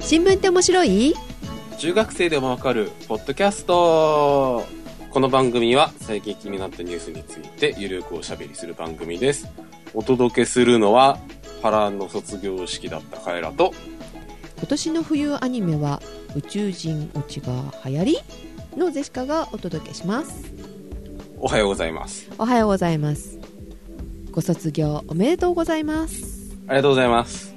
新聞って面白い中学生でもわかるポッドキャストこの番組は最近気になったニュースについてゆるくおしゃべりする番組ですお届けするのはランの卒業式だったカエラと今年の冬アニメは宇宙人オチが流行りのゼシカがお届けしますおはようございますおはようございますご卒業おめでとうございますありがとうございます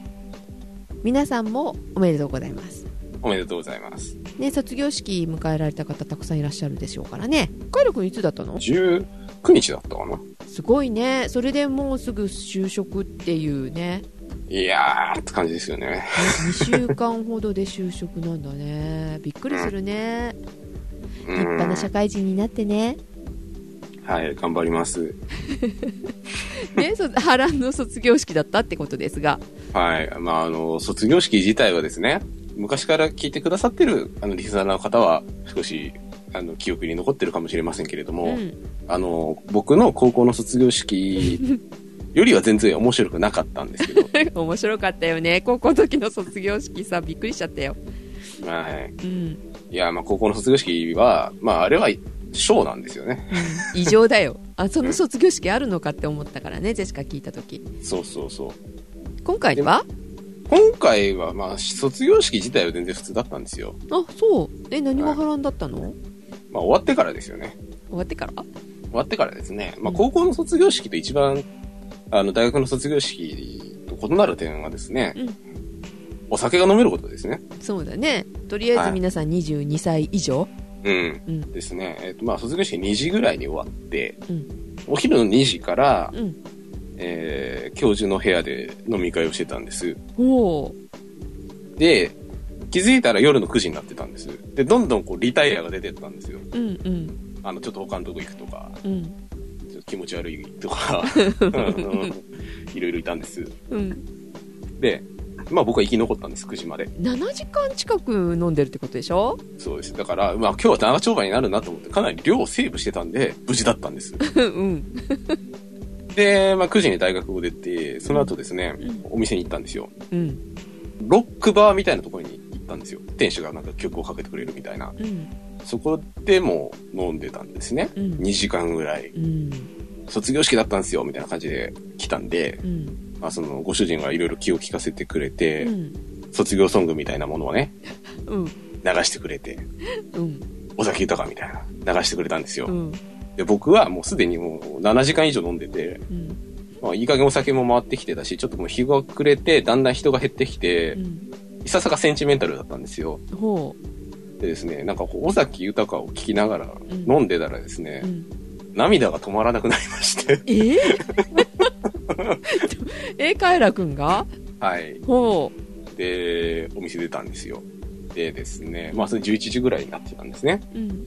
皆さんもおめでとうございますおめでとうございますね卒業式迎えられた方たくさんいらっしゃるでしょうからねカエラくんいつだったの19日だったかなすごいねそれでもうすぐ就職っていうねいやーって感じですよね2週間ほどで就職なんだねびっくりするね立立派な社会人になってねはい頑張りますね、そ波乱の卒業式だったってことですが、はいまああの卒業式自体はですね昔から聞いてくださってるあのリスナーの方は少しあの記憶に残ってるかもしれませんけれども、うん、 あの、僕の高校の卒業式よりは全然面白くなかったんですけ ど、面白かったよね高校の時の卒業式さびっくりしちゃったよ、はい。うんうん、いや、まあ高校の卒業式は、まああれはショーなんですよね。異常だよあその卒業式あるのかって思ったからねジェシカ聞いた時そうそうそう。今回は今回はまあ卒業式自体は全然普通だったんですよ。あそうえ何が波乱だったの、まあ終わってからですよね。終わってから終わってからですね。まあ高校の卒業式と一番、あの大学の卒業式と異なる点はですね、うんお酒が飲めることですね。そうだねとりあえず皆さん22歳以上、うん。うんですね。えっ、とまあ卒業式2時ぐらいに終わって、うんお昼の2時から、うんえー教授の部屋で飲み会をしてたんです。おおで、気づいたら夜の9時になってたんです。で、どんどんこうリタイアが出てったんですよ。うんうんあの、ちょっと他のとこ行くとか、うんちょっと気持ち悪いと か、うんいろいろいたんです。うんで、まあ僕は生き残ったんです、9時まで。 7時間近く飲んでるってことでしょそうです。だから、まあ今日は長丁場になるなと思って、かなり量をセーブしてたんで、無事だった んです。うんで、まあ9時に大学を出て、その後ですね、うんお店に行ったんですよ。うんロックバーみたいなところに行ったんですよ。店主がなんか曲をかけてくれるみたいな。うんそこでも飲んでたんですね。うん2時間ぐらい。うん卒業式だったんですよ、みたいな感じで来たんで、うんまあそのご主人がいろいろ気を利かせてくれうて、ん卒業ソングみたいなものをね、うん流してくれて、うん尾崎豊みたいな、流してくれたんですよ。うんで、僕はもうすでにもう7時間以上飲んでて、うんまあいい加減お酒も回ってきてたし、ちょっともう日が暮れて、だんだん人が減ってきて、うんいささかセンチメンタルだったんですよ。ほでですね、なんかこう、尾崎豊を聴きながらん飲んでたらですう、ねう、ん、涙が止まらなくなりまして、 え ー、えカエラくんがはい。ほで、お店出たんですよ。でですね、まあそれ11時ぐらいになってたんですね。ううん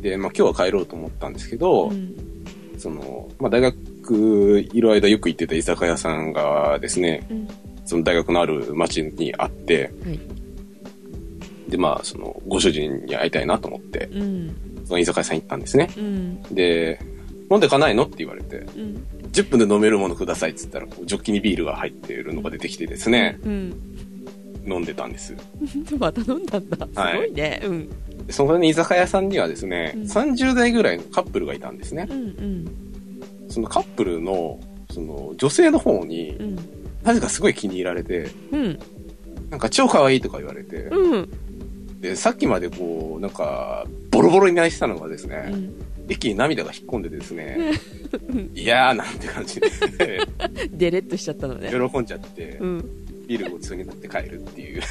で、まあ今日は帰ろうと思ったんですけど、うんその、まあ大学いる間よく行ってた居酒屋さんがですね、うんその大学のある町にあって、はいで、まあその、ご主人に会いたいなと思って、うんその居酒屋さん行ったんですね。うんで、飲んでかないのって言われて、うん10分で飲めるものくださいっつったら、こうジョッキにビールが入ってるのが出てきてですね、うん飲んでたんです。また飲んだんだすはいごいね、うんでその居酒屋さんにはですね、うん30代ぐらいのカップルがいたんですね。うんうんそのカップルの、その女性の方に、うんなぜかすごい気に入られて、うんなんか超可愛いとか言われて、うんで、さっきまでこう、なんか、ボロボロに泣いてたのがですうね、ん一気に涙が引っ込んでです ね、いやーなんて感じで、デレッとしちゃったのね喜んじゃってう、んビールをつになって帰るっていう。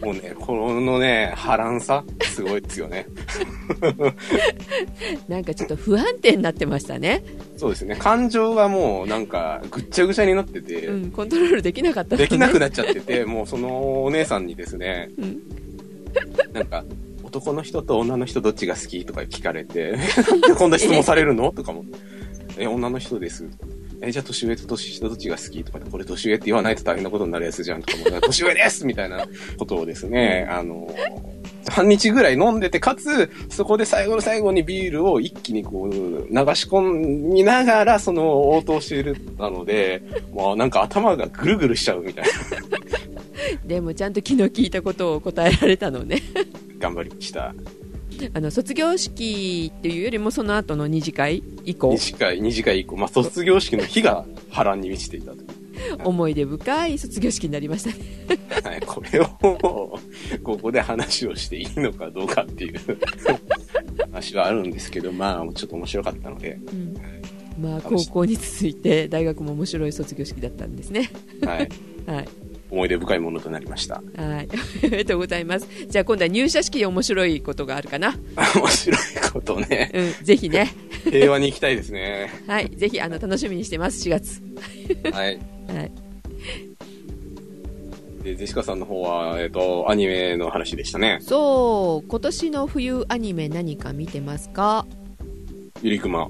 もうね、このね、波乱さ、すごいですよね。なんかちょっと不安定になってましたね、そうですね、感情がもうなんか、ぐっちゃぐちゃになってて、うん、コントロールできなかったのねできなくなっちゃってて、もうそのお姉さんにですね、うんなんか、男の人と女の人どっちが好きとか聞かれて、なんでこんな質問されるのとかも。え、女の人です。え、じゃあ年上と年下どっちが好きとか、これ年上って言わないと大変なことになるやつじゃんとかも、年上ですみたいなことをですね、あの、半日ぐらい飲んでて、かつ、そこで最後の最後にビールを一気にこう、流し込みながら、その、応答しているので、もうなんか頭がぐるぐるしちゃうみたいな。でもちゃんと気の利いたことを答えられたのね頑張りました。あの卒業式っていうよりもその後の二次会以降二次会、二次会以降、まあ、卒業式の日が波乱に満ちてい たという。思い出深い卒業式になりましたねはい、これを、ここで話をしていいのかどうかって いう話はあるんですけど、まあ、ちょっと面白かったので、うんまあ、高校に続いて大学も面白い卒業式だったんですね。はい、はい、思い出深いものとなりま した。はい、 ありがとうございます。じゃあ今度は入社式で面白いことがあるかな。面白いことね。うん、ぜひね。平和に行きたいですね。はい、ぜひあの楽しみにしてます。4月。はい。はい、で、ジェシカさんの方は、えっ、と、アニメの話でしたね。そう、今年の冬アニメ何か見てますか。ゆりくま。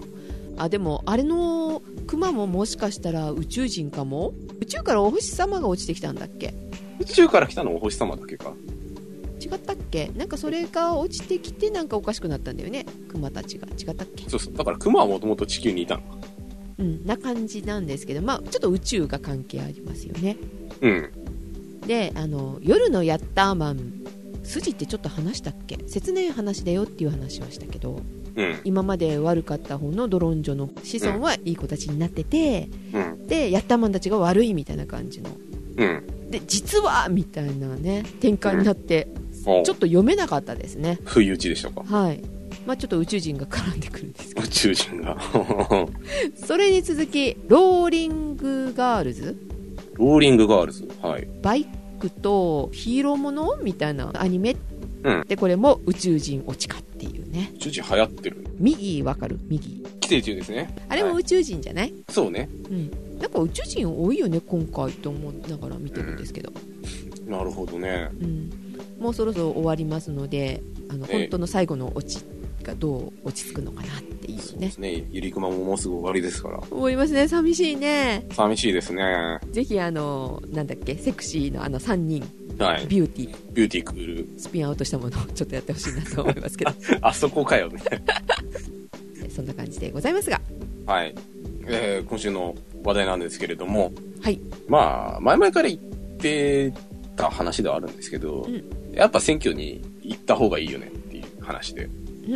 あ、でもあれのクマももしかしたら宇宙人かも。宇宙からお星様が落ちてきたんだっけ。宇宙から来たのお星様だけか。違ったっけなんかそれが落ちてきてなんかおかしくなったんだよねクマたちが違ったっけそうそう。だから、クマはもともと地球にいたのか。うん、な感じなんですけど、まあ、ちょっと宇宙が関係ありますよねうん。であの夜のヤッターマン筋ってちょっと話したっけ説明話だよっていう話はしたけどうん。今まで悪かった方のドロンジョの子孫はいい子たちになってて、うん。でヤッターマンたちが悪いみたいな感じのうん。で実はみたいなね転換になって、おちょっと読めなかったですね不意打ちでしたか。はいまあちょっと宇宙人が絡んでくるんですけ宇宙人が。どそれに続きローリングガールズ ローリングガールズ。はい。バイクとヒーローものみたいなアニメ、うんでこれも宇宙人落ちかっていうね宇宙人流行ってる。右わかる右寄生虫ですね。あれもは宇宙人じゃない、そうね。うんなんか宇宙人多いよね今回と思いながら見てるんですけど、なるほどね。うんもうそろそろ終わりますのであのええ本当の最後の落ちがどう落ち着くのかなっていそううでねすね。ゆりくまももうすぐ終わりですから。思いますね寂しいね寂しいですね。はぜひあのなんだっけセクシーのあの3人い。ビューティービューティークール。スピンアウトしたものをちょっとやってほしいなと思いますけど あそこかよ、ね。そんな感じでございますがはい。えー今週の話題なんですけれども。はい。まあ、前々から言ってた話ではあるんですけど、うんやっぱ選挙に行った方がいいよねっていう話でう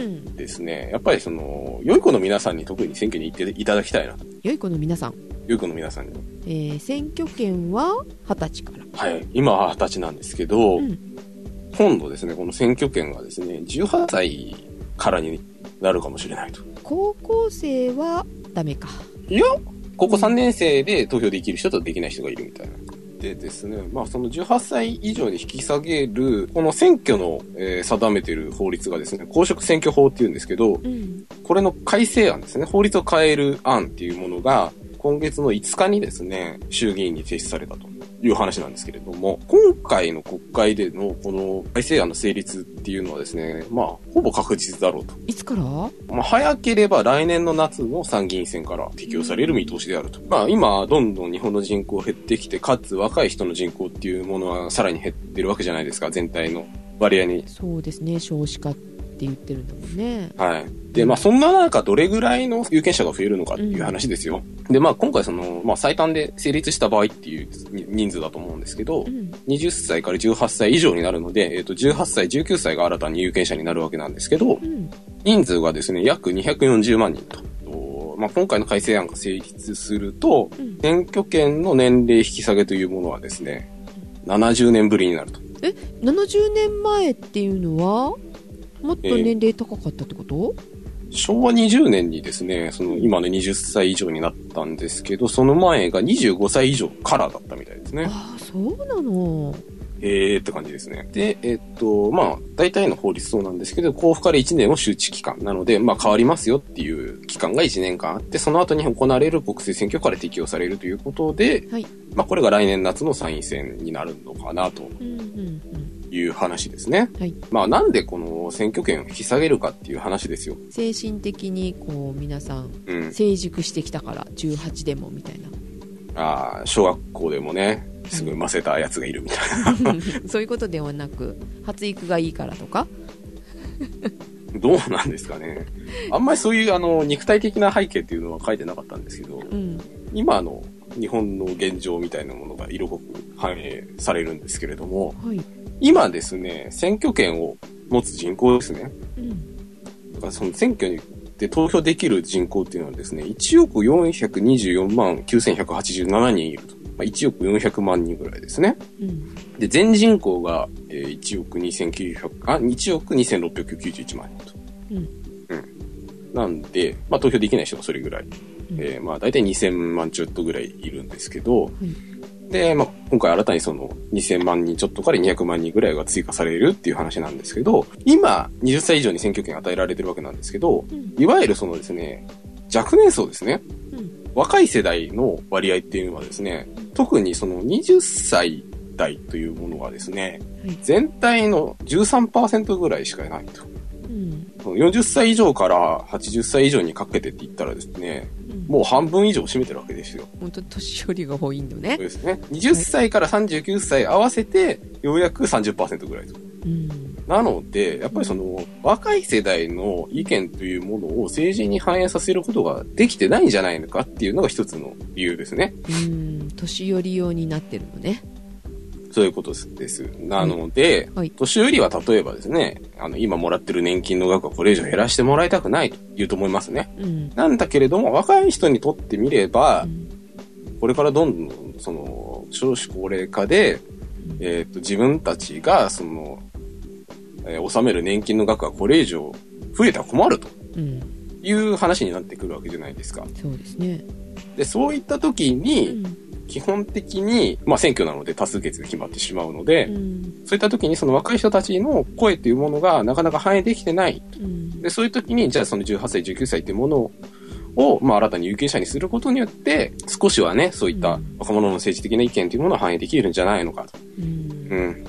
んですね。やっぱりその、良い子の皆さんに特に選挙に行っていただきたいな。良い子の皆さん、良い子の皆さんに。えー選挙権は二十歳からはい。今は二十歳なんですけど、うん今度ですね、この選挙権がですね、18歳からになるかもしれないと。高校生はダメかいや、高校3年生で投票できる人とできない人がいるみたいな。でですね、まあその18歳以上に引き下げる、この選挙の、えー定めてる法律がですね、公職選挙法っていうんですけど、うんこれの改正案ですね、法律を変える案っていうものが、今月の5日にですね、衆議院に提出されたという話なんですけれども、今回の国会でのこの改正案の成立っていうのはですね、まあ、ほぼ確実だろうと。いつからまあ、早ければ来年の夏の参議院選から適用される見通しであると。まあ今、どんどん日本の人口減ってきて、かつ若い人の人口っていうものはさらに減ってるわけじゃないですか、全体の割合に。そうですね少子化って言ってるんだもんねはい。で、まあそんな中、どれぐらいの有権者が増えるのかっていう話ですよ。で、まあ今回その、まあ最短で成立した場合っていう人数だと思うんですけどう、ん20歳から18歳以上になるので、えっ、と18歳、19歳が新たに有権者になるわけなんですけど、うん人数がですね、約240万人と。とまあ、今回の改正案が成立すると、うん選挙権の年齢引き下げというものはですね、70年ぶりになると。 70年前っていうのはもっとえー年齢高かったってこと、昭和20年にですね、その今の20歳以上になったんですけど、その前が25歳以上からだったみたいですね。ああそうなのえーって感じですね。で、えっと、まあ、大体の法律そうなんですけど、交付から1年を周知期間なので、まあ変わりますよっていう期間が1年間あって、その後に行われる国政選挙から適用されるということで、はいまあこれが来年夏の参院選になるのかなとうんうんいう話ですね。はいまあなんでこの選挙権を引き下げるかっていう話ですよ。うん精神的にこう皆さんうん。成熟してきたから18でもみたいなああ、小学校でもね、すぐませたやつがいるみたいそういうことではなく発育がいいからとかな。 どうなんですかね。あんまりそういうあの、肉体的な背景っていうのは書いてなかったんですけど、うん今の日本の現状みたいなものが色濃く反映されるんですけれども、はい。今ですね、選挙権を持つ人口ですね。うん。だからその選挙で投票できる人口っていうのはですね、1億424万9187人いると。まあ、1億400万人ぐらいですね。うん。で、全人口が、えー1億2900、あ、1億2691万人と。うん。うん。なんで、まあ投票できない人がそれぐらい。えーまあ大体2000万ちょっとぐらいいるんですけど、で、まあ今回新たにその2000万人ちょっとから200万人ぐらいが追加されるっていう話なんですけど、今20歳以上に選挙権与えられてるわけなんですけど、うん。いわゆるそのですね、若年層ですね。うん。若い世代の割合っていうのはですね、特にその20歳代というものはですね、はい全体の13%ぐらいしかいないと。うん。 40歳以上から80歳以上にかけてって言ったらですね、うん。もう半分以上占めてるわけですよ。本当に年寄りが多いのねそう。ですね。20歳から39歳合わせて、ようやく30%ぐらいと。うん。なので、やっぱりその、若い世代の意見というものを政治に反映させることができてないんじゃないのかっていうのが一つの理由ですね。うん。年寄り用になってるのね。そういうことです。なので、はい年寄りは例えばですね、あの、今もらってる年金の額はこれ以上減らしてもらいたくないと言うと思いますね。うん。なんだけれども、若い人にとってみればう、んこれからどんどん、その、少子高齢化で、えっと自分たちがその、えー納める年金の額がこれ以上増えたら困るとうん。いう話になってくるわけじゃないですか。そうですね。で、そういった時うに、ん。基本的に、まあ選挙なので多数決で決まってしまうので、うん。そういった時にその若い人たちの声っていうものがなかなか反映できてない。うんで、そういう時に、じゃあその18歳、19歳っていうものを、まあ新たに有権者にすることによって、少しはね、そういった若者の政治的な意見というものを反映できるんじゃないのかと。うんうん、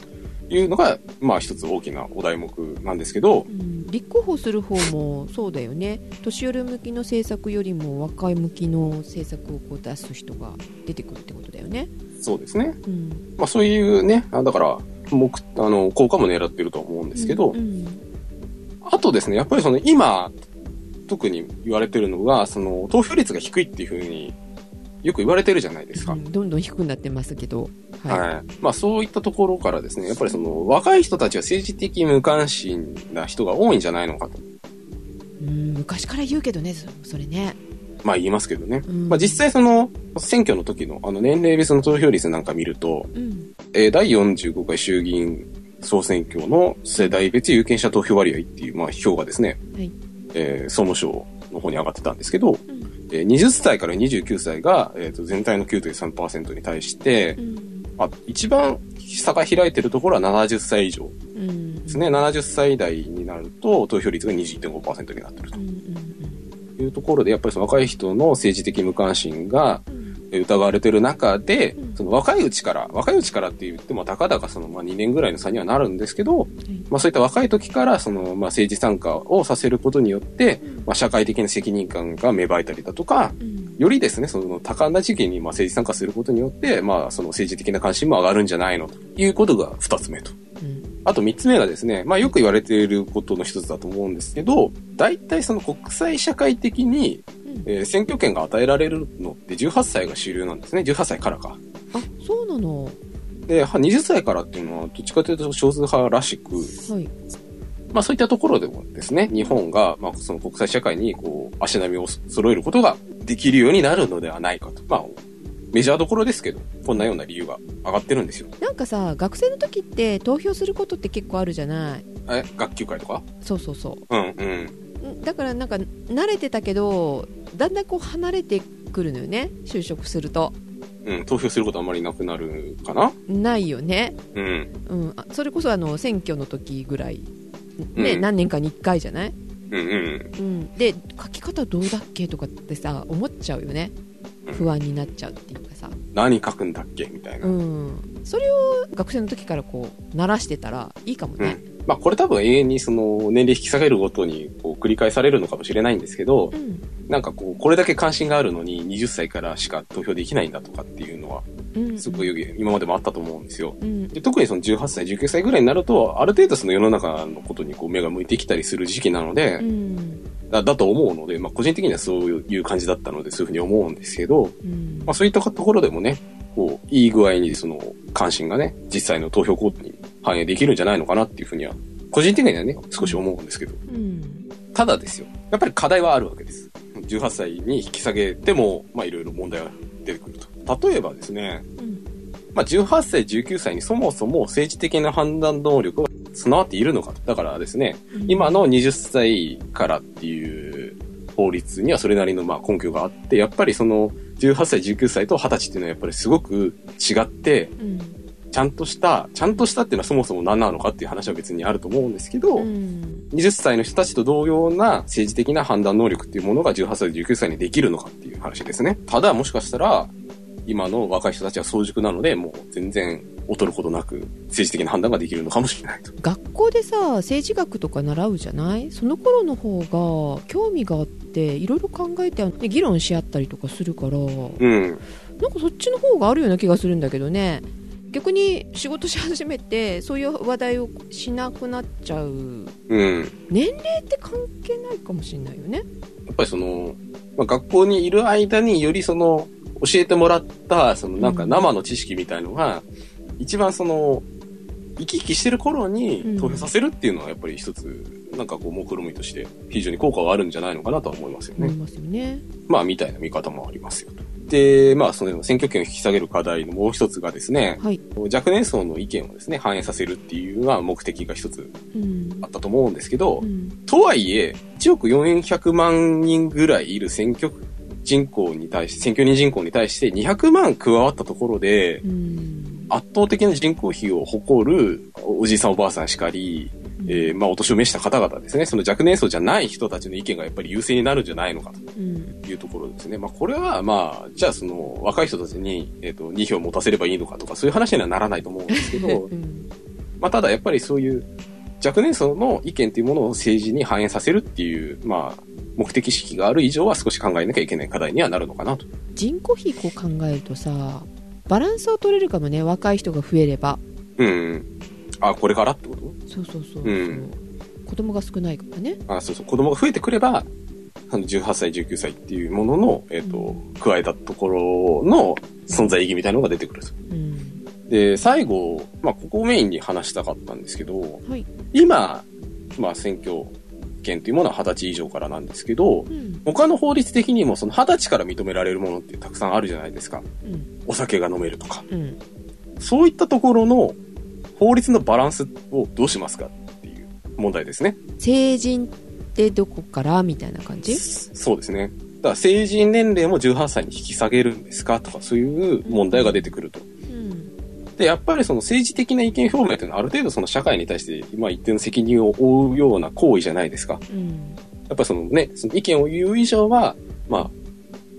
いうのが、まあ、一つ大きなお題目なんですけどう、ん立候補する方もそうだよね年寄り向きの政策よりも若い向きの政策をこう出す人が出てくるってことだよね。そうですね。うん、まあ、そういうね、あだから、目、あの、効果も狙ってると思うんですけど、うんあとですね、やっぱりその、今、特に言われてるのが、その、投票率が低いっていうふうに、よく言われてるじゃないですか。うんどんどん低くなってますけど、はいはい。まあ、そういったところからですね、やっぱりその、若い人たちは政治的無関心な人が多いんじゃないのかと、うん昔から言うけどねそそれね。まあ、言いますけどね。うんまあ、実際その、選挙の時の、あの、年齢別の投票率なんか見ると、うんえー第45回衆議院総選挙の世代別有権者投票割合っていう、まあ、票がですね、はいえー総務省の方に上がってたんですけうど、んえー20歳から29歳が、えーと全体の9.3%に対して、うんまあ、一番差が開いてるところは70歳以上うんですね。70歳代になると投票率が21.5%になってるうとんうんいうところで、やっぱりその若い人の政治的無関心がうん疑われてる中でう、んその若いうちから、若いうちからって言っても、たかだかその、まあ2年ぐらいの差にはなるんですけど、まあそういった若い時から、その、まあ政治参加をさせることによって、まあ社会的な責任感が芽生えたりだとか、うんよりですね、その多感な時期にまあ政治参加することによって、まあその政治的な関心も上がるんじゃないのということが二つ目と。うんあと三つ目がですね、まあよく言われていることの一つだと思うんですけど、大体その国際社会的にうんえー選挙権が与えられるのって18歳が主流なんですね。18歳からか。あそうなので、は20歳からっていうのは、どっちかというと少数派らしく、はいまあそういったところでもですね、日本が、まあその国際社会に、こう、足並みを揃えることができるようになるのではないかと。まあ、メジャーどころですけど、こんなような理由が上がってるんですよ。なんかさ学生の時って投票することって結構あるじゃないえ、学級会とかそうそうそううんうん。だからなんか慣れてたけどだんだんこう離れてくるのよね就職するとうん、投票することあんまりなくなるかなないよね、うん。うん、あそれこそあの選挙の時ぐらい、ねうん何年かに1回じゃない、うんうん。うん、で書き方どうだっけとかってさ思っちゃうよねうん不安になっちゃうっていうかさ、何書くんだっけみたいな。うん、それを学生の時からこう慣らしてたらいいかもね、まあこれ多分永遠にその年齢引き下げるごとにこう繰り返されるのかもしれないんですけどう、んなんかこうこれだけ関心があるのに20歳からしか投票できないんだとかっていうのはうん、すごい今までもあったと思うんですよ。うんで特にその18歳、19歳ぐらいになると、ある程度その世の中のことにこう目が向いてきたりする時期なのでう、んだだと思うので、まあ個人的にはそういう感じだったので、そういうふうに思うんですけど、うんまあ、そういったところでもね、こう、いい具合にその関心がね、実際の投票行動に反映できるんじゃないのかなっていうふうには、個人的にはね、少し思うんですけど、うんただですよ、やっぱり課題はあるわけです。18歳に引き下げても、まあ、いろいろ問題が出てくると。例えばですね、うんまあ、18歳、19歳にそもそも政治的な判断能力が備わっているのかと。だからですね、今の20歳からっていう法律にはそれなりのまあ根拠があって、やっぱりその18歳、19歳と20歳っていうのはやっぱりすごく違って、うんちゃんとした、ちゃんとしたっていうのはそもそも何なのかっていう話は別にあると思うんですけど、うん20歳の人たちと同様な政治的な判断能力っていうものが18歳、19歳にできるのかっていう話ですね。ただもしかしたら、今の若い人たちは早熟なので、もう全然劣ることなく政治的な判断ができるのかもしれないと。学校でさ政治学とか習うじゃないその頃の方が興味があっていろいろ考えて、ね議論し合ったりとかするからなんうん。かそっちの方があるような気がするんだけどね逆に仕事し始めてそういう話題をしなくなっちゃううん。年齢って関係ないかもしれないよねやっぱりその、まあ、学校にいる間によりその、教えてもらった、そのなんかうん生の知識みたいのが、一番その、生き生きしてる頃うんに投票させるっていうのはやっぱり一つ、なんかこう、目論みとして非常に効果があるんじゃないのかなとは思いますよね。思いますよねまあ、みたいな見方もありますよと。で、まあ、その選挙権を引き下げる課題のもう一つがですね、はい若年層の意見をですね、反映させるっていうのが目的が一つうんあったと思うんですけど、うんとはいえ、1億400万人ぐらいいる選挙区人口に対して、選挙人人口に対して200万加わったところでう、ん圧倒的な人口比を誇るおじいさんおばあさんしかり、えーまあお年を召した方々ですね、その若年層じゃない人たちの意見がやっぱり優勢になるんじゃないのかうんというところですね。まあこれはまあ、じゃあその若い人たちに、えっ、と、2票持たせればいいのかとかそういう話にはならないと思うんです けど、うんまあ、ただやっぱりそういう若年層の意見というものを政治に反映させるっていう、まあ、目的意識がある以上は少し考えなきゃいけない課題にはなるのかなと。人口比こう考えるとさバランスを取れるかもね若い人が増えればうん。あ、これからってことそうそうそうそう、うん子供が少ないからねあ、そうそう。子供が増えてくれば、あの18歳、19歳っていうものの、えっ、と、加えたところの存在意義みたいなのが出てくると。うんで、最後、まあ、ここをメインに話したかったんですけど、はい今、まあ、選挙権というものは20歳以上からなんですけど、うん他の法律的にもその二十歳から認められるものってたくさんあるじゃないですか。うんお酒が飲めるとか。うんそういったところの法律のバランスをどうしますかっていう問題ですね。成人ってどこからみたいな感じそうですね。だから成人年齢も18歳に引き下げるんですかとかそういう問題が出てくると。うんで、やっぱりその政治的な意見表明というのはある程度その社会に対してまあ一定の責任を負うような行為じゃないですか。うんやっぱそのね、その意見を言う以上は、まあ、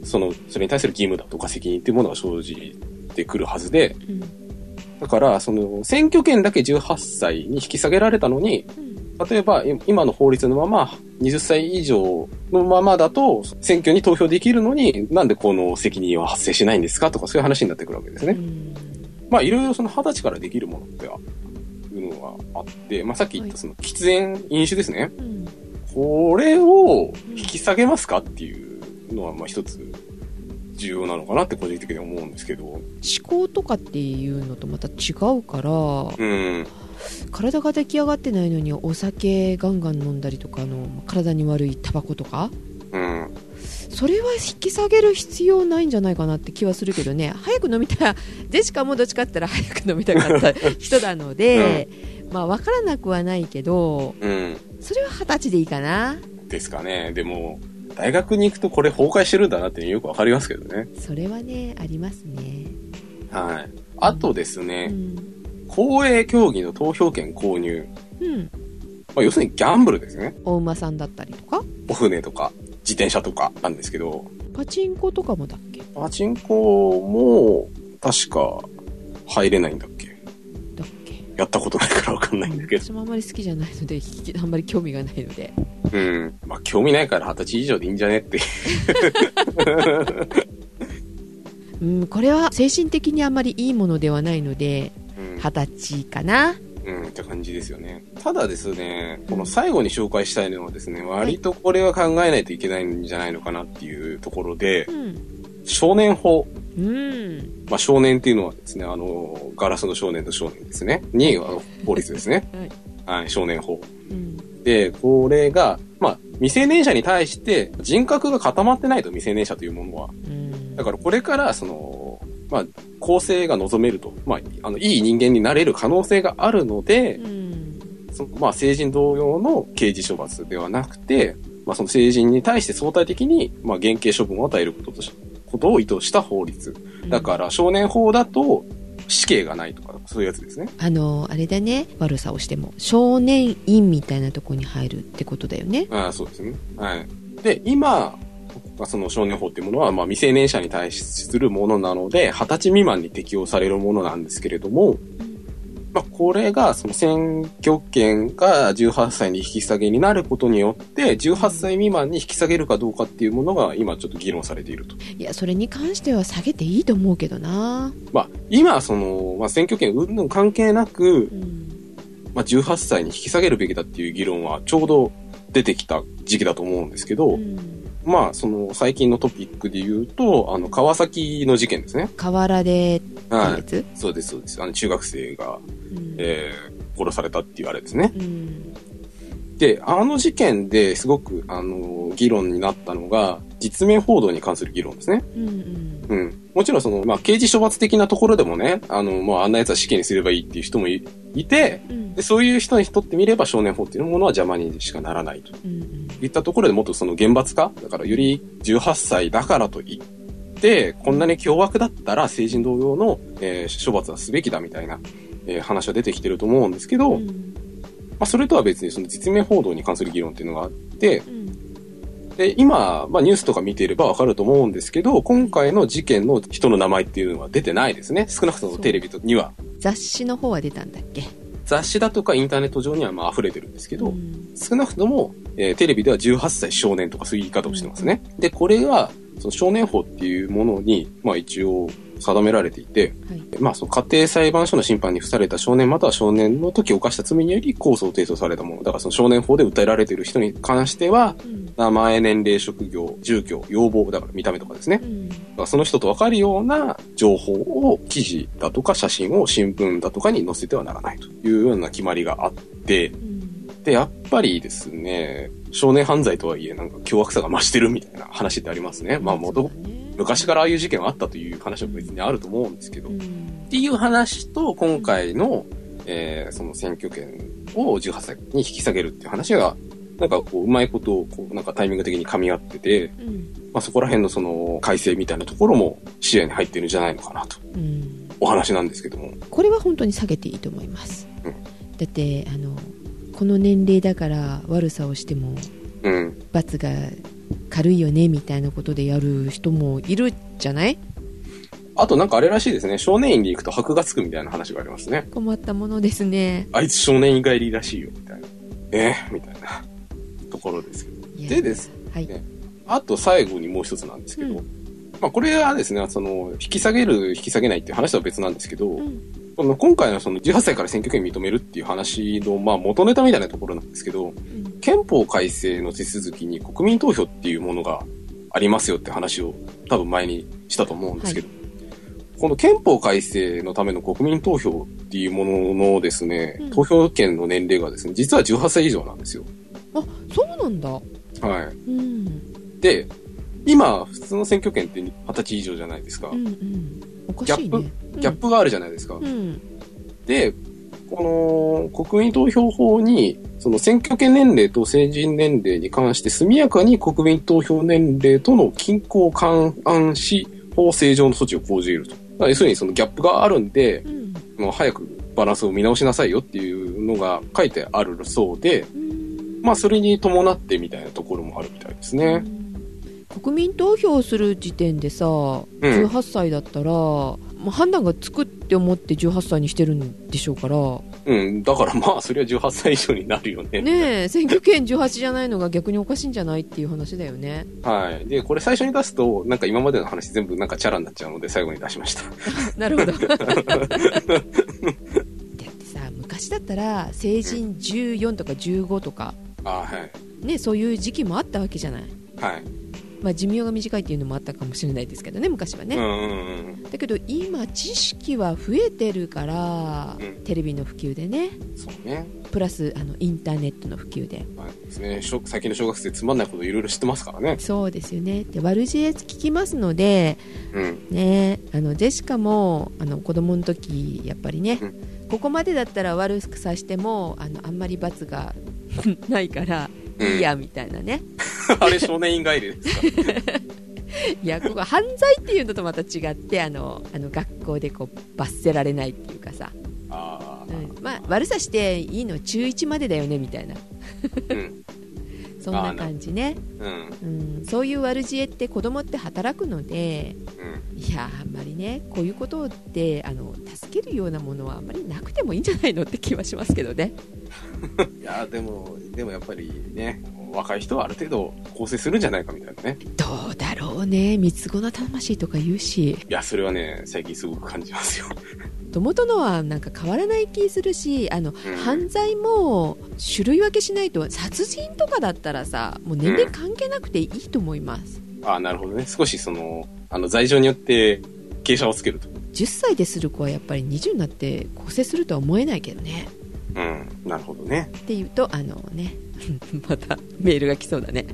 その、それに対する義務だとか責任っていうものが生じてくるはずで、うんだから、その、選挙権だけ18歳に引き下げられたのに、うん例えば、い今の法律のまま、20歳以上のままだと、選挙に投票できるのに、なんでこの責任は発生しないんですかとか、そういう話になってくるわけですね。まあ、いろいろその20歳からできるものっては、いうのがあって、まあ、さっき言ったその、喫煙、飲酒ですね。うんこれを引き下げますかっていうのは、まあ一つ重要なのかなって個人的には思うんですけど。思考とかっていうのとまた違うからうん。体が出来上がってないのにお酒ガンガン飲んだりとかあの体に悪いタバコとかうん。それは引き下げる必要ないんじゃないかなって気はするけどね 早く飲みたいジェシカもどっちかって言ったら早く飲みたかった人なので、まあ分からなくはないけどうん。それは二十歳でいいかなですかね。でも、大学に行くとこれ崩壊してるんだなってよくわかりますけどね。それはねありますね、はい。あとですうね、ん公営競技の投票権購入。うん、まあ要するにギャンブルですね。お馬さんだったりとかお船とか、自転車とかなんですけど、パチンコとかもだっけパチンコも、確か、入れないんだっけだっけやったことないからわかんないんだけど。私もあんまり好きじゃないので 聞きあんまり興味がないのでうん。まあ、興味ないから二十歳以上でいいんじゃねっていう。うんこれは精神的にあんまりいいものではないので二十歳かなうん。うん、って感じですよね。ただですね、この最後に紹介したいのはですね、割とこれは考えないといけないんじゃないのかなっていうところで、うん少年法。うん。まあ、少年っていうのはですね、あの、ガラスの少年と少年ですね。に、あの法律ですね。はい。はい、少年法。うん。で、これが、まあ、未成年者に対して人格が固まってないと、未成年者というものは。うんだからこれから、その、まあ、構成が望めると、まあ、あの、いい人間になれる可能性があるので、うん。そのまあ、成人同様の刑事処罰ではなくて、まあ、その成人に対して相対的に、まあ、減刑処分を与えることとし、ことを意図した法律。だから、少年法だと、死刑がないとか、そういうやつですね。あのあれだね悪さをしても少年院みたいなとこに入るってことだよねああ、そうですね。はい。で、今、まあその少年法っていうものは、まあ、未成年者に対するものなので、二十歳未満に適用されるものなんですけれども、まあ、これが、その選挙権が18歳に引き下げになることによって、18歳未満に引き下げるかどうかっていうものが、今ちょっと議論されていると。いやそれに関しては下げていいと思うけどなまあ、今、その、まあ、選挙権云々関係なう、くんまあ、18歳に引き下げるべきだっていう議論は、ちょうど出てきた時期だと思うんですけうど、んまあ、その、最近のトピックで言うと、あの、川崎の事件ですね。河原でってはやい。つ、そうです、そうです。あの、中学生が、うんえー、殺されたっていうあれですね。うんで、あの事件ですごく、あの、議論になったのが、実名報道に関する議論ですね。うんうんうん。もちろん、その、まあ、刑事処罰的なところでもね、あの、まあ、あんな奴は死刑にすればいいっていう人もいいて、うんで、そういう人にとってみれば少年法っていうものは邪魔にしかならないと。うんいったところでもっとその厳罰化だからより18歳だからといって、こんなに凶悪だったら成人同様の、えー処罰はすべきだみたいな、えー話は出てきてると思うんですけど、うまんあ、それとは別にその実名報道に関する議論っていうのがあって、うんで、今、まあニュースとか見ていればわかると思うんですけど、今回の事件の人の名前っていうのは出てないですね。少なくともテレビとには。雑誌の方は出たんだっけ雑誌だとかインターネット上にはまあ溢れてるんですけど、うん少なくとも、えーテレビでは18歳少年とかそういう言い方をしてますね。で、これは、その少年法っていうものに、まあ一応定められていて、はいまあその家庭裁判所の審判に付された少年または少年の時犯した罪により控訴を提訴されたもの。だからその少年法で訴えられている人に関しては、うん名前、年齢、職業、住居、要望、だから見た目とかですねう。んだからその人とわかるような情報を記事だとか写真を新聞だとかに載せてはならないというような決まりがあって、うんで、やっぱりですね、少年犯罪とはいえ、なんか凶悪さが増してるみたいな話ってありますね。まあ、もと、そうだね昔からああいう事件はあったという話は別にあると思うんですけど、うっんていう話と、今回の、えーその選挙権を18歳に引き下げるっていう話が、なんかこう、うまいことを、こう、なんかタイミング的に噛み合ってて、うんまあそこら辺のその改正みたいなところも視野に入ってるんじゃないのかなと、うんお話なんですけども。これは本当に下げていいと思います、うだってあのこの年齢だから悪さをしてもうん。罰が軽いよねみたいなことでやる人もいるじゃないあとなんかあれらしいですね、少年院に行くと箔がつくみたいな話がありますね。困ったものですねあいつ少年院帰りらしいよ、みたいな。えーみたいなところですけど。いやでですはい、ねあと最後にもう一つなんですけど、うまあこれはですね、その、引き下げる、引き下げないっていう話とは別なんですけど、うんこの今回のその18歳から選挙権認めるっていう話の、まあ元ネタみたいなところなんですけど、うん憲法改正の手続きに国民投票っていうものがありますよって話を多分前にしたと思うんですけど、この憲法改正のための国民投票っていうもののですね、うん投票権の年齢がですね、実は18歳以上なんですよ。あそうなんだはうんうんい。で、今、普通の選挙権って20歳以上じゃないですか。うんおかしいねギャップがあるじゃないですか。うんうんで、この国民投票法に、その選挙権年齢と成人年齢に関して速やかに国民投票年齢との均衡を勘案し、法正常の措置を講じると。だから要するにそのギャップがあるんで、うんもう早くバランスを見直しなさいよっていうのが書いてあるそうで、うんまあそれに伴ってみたいなところもあるみたいですね。うん国民投票する時点でさ、ん18歳だったらもう判断がつくって思って18歳にしてるんでしょうからうん。だからまあそれは18歳以上になるよね。ねえ選挙権18じゃないのが逆におかしいんじゃないっていう話だよ ねはい。で、これ最初に出すと、なんか今までの話全部なんかチャラになっちゃうので最後に出しました。なるほどだってさ昔だったら成人14とか15とかあはい。ねそういう時期もあったわけじゃないはい。まあ、寿命が短いっていうのもあったかもしれないですけどね昔はうね、んうんだけど今知識は増えてるから、うんテレビの普及でねうん。そうね。プラスあのインターネットの普及でまあですね、しょ最近の小学生つまんないこといろいろ知ってますからね。そうですよねで悪知恵聞きますので、 うん。ね、あのジェシカもあの子供の時やっぱりね、うここまでだったら悪くさしてもあのあんまり罰が ないからうんいいやみたいなね、あれ少年院帰りですかいやここ犯罪っていうのとまた違ってあのあの学校でこう罰せられないっていうかさ、あうあ。んまあ、悪さしていいの中1までだよねみたいなうん。そんな感じね、うん。うん、そういう悪知恵って子供って働くのでうん。いやあんまりねこういうことってあの助けるようなものはあんまりなくてもいいんじゃないのって気はしますけどねいやーでも、でもやっぱりね、若い人はある程度構成するんじゃないかみたいなね。どうだろうね三つ子の魂とか言うしいや、それはね、最近すごく感じますよ。元々のはなんか変わらない気するしあのうん犯罪も種類分けしないと殺人とかだったらさもう年齢関係なくていいと思います、ああ、なるほどね。少しその、あの、罪状によって、傾斜をつけると。 10歳でする子はやっぱり20になって更生するとは思えないけどねうん。なるほどね。っていうとあのね またメールが来そうだね、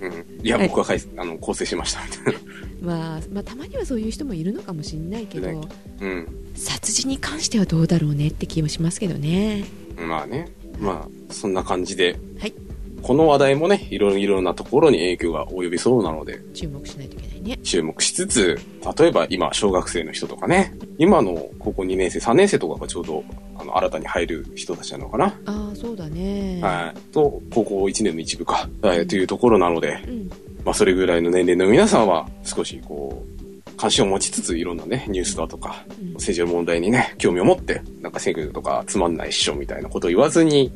うん。いや、はい僕はかい、あの、構成しました、 みたいな。まあ、まあたまにはそういう人もいるのかもしれないけいなどうん。殺人に関してはどうだろうねって気もしますけどねまあね。まあ、そんな感じで。はい。この話題もね、いろいろなところに影響が及びそうなので、注目しないといけないね注目しつつ、例えば今、小学生の人とかね、今の高校2年生、3年生とかがちょうど、あの、新たに入る人たちなのかな。ああそうだねはい。と、高校1年の一部か、はい、というところなので、うんまあ、それぐらいの年齢の皆さんは、少しこう、関心を持ちつつ、いろんなね、ニュースだとか、うん政治の問題にね、興味を持って、なんか選挙とかつまんないっしょみたいなことを言わずに、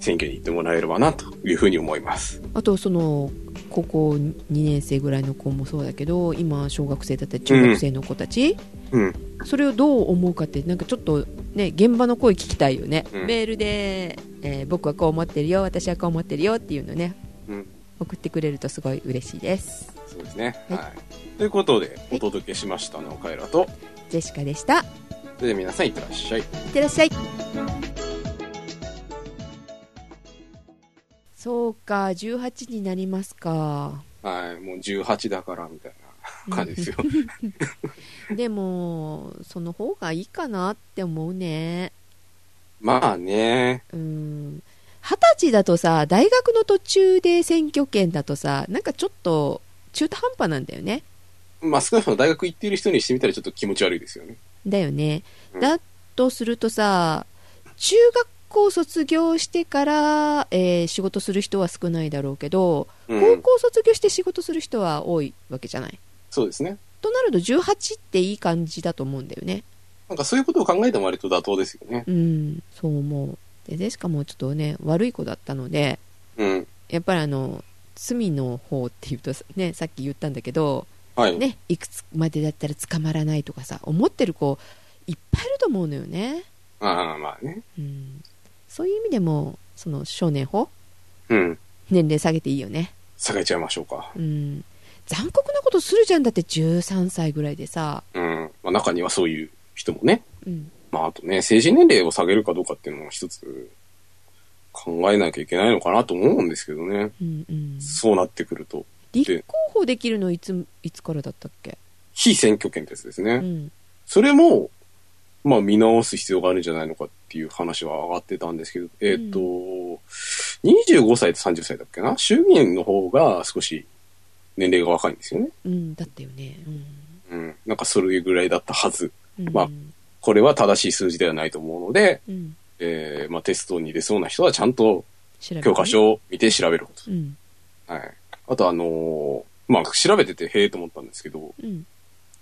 選挙に行ってもらえればな、というふうに思います。あとその高校2年生ぐらいの子もそうだけど今小学生だったり中学生の子たち、うん。それをどう思うかってなんかちょっとね現場の声聞きたいよね、うんメールで、えー僕はこう思ってるよ私はこう思ってるよっていうのねうん。送ってくれるとすごい嬉しいですそうですね。はいはい。ということで、お届けしましたのは、カエラと、ジェシカでしたいそれでは皆さんいってらっしゃい。ってらっしゃいそうか18になりますかはい。もう18だから、みたいな感 じですよ。でもその方がいいかなって思うねまあね。うん二十歳だとさ大学の途中で選挙権だとさなんかちょっと中途半端なんだよねまあ少なくとも大学行っている人にしてみたらちょっと気持ち悪いですよね。だよね、うんだとするとさ中学校卒業してから、えー仕事する人は少ないだろうけどう高ん。校卒業して仕事する人は多いわけじゃない、そうですね。となると18っていい感じだと思うんだよねなんかそういうことを考えても割と妥当ですよね。うんそう思うででしかもちょっとね悪い子だったのでうん。やっぱりあの罪の方っていうとねさっき言ったんだけどはい。ね、いくつまでだったら捕まらないとかさ思ってる子いっぱいいると思うのよね、ああ、まあね。うん、そういう意味でもその少年法うん。年齢下げていいよね、下げちゃいましょうか。うん、残酷なことするじゃんだって13歳ぐらいでさ、うん。まあ中にはそういう人もね。うん、まああとね、成人年齢を下げるかどうかっていうのも一つ考えなきゃいけないのかなと思うんですけどね。うんうんそうなってくると。立候補できるのいついつからだったっけ、非選挙権ってやつですね。うんそれも、まあ見直す必要があるんじゃないのかっていう話は上がってたんですけど、えっ、と、う25歳と30歳だっけな衆議院の方が少し年齢が若いんですよね。うん、だったよね、うんうん。なんかそれぐらいだったはず。うんまあこれは正しい数字ではないと思うので、うん、えーまあテストに入れそうな人はちゃんと調べてね教科、書を見て調べるこうんと。はい。あとあのーまあ調べててへえと思ったんですけど、うん、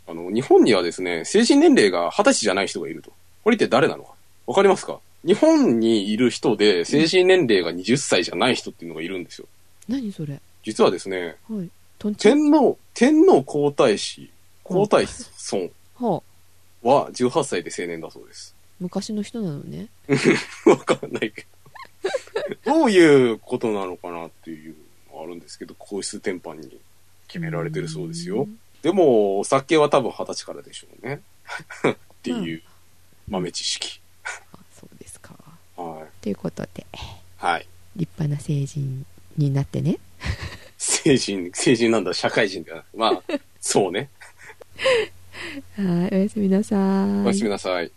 あの、日本にはですね、成人年齢が20歳じゃない人がいると。これって誰なのかわかりますか日本にいる人で成人年齢が20歳じゃない人っていうのがいるんですよ。何それ実はですね、はいとんちん天皇、天皇皇太子、皇太子孫はあは18歳で成年だそうです。昔の人なのねわかんない けど。どういうことなのかなっていうのがあるんですけど、皇室転換に決められてるそうですよ。でも、お酒は多分二十歳からでしょう ね。っていう豆知識。あそうですかはい。ということではい。立派な成人になってね成人、成人なんだ、社会人だな。まあ、そうね。はいおやすみなさーいおやすみなさい。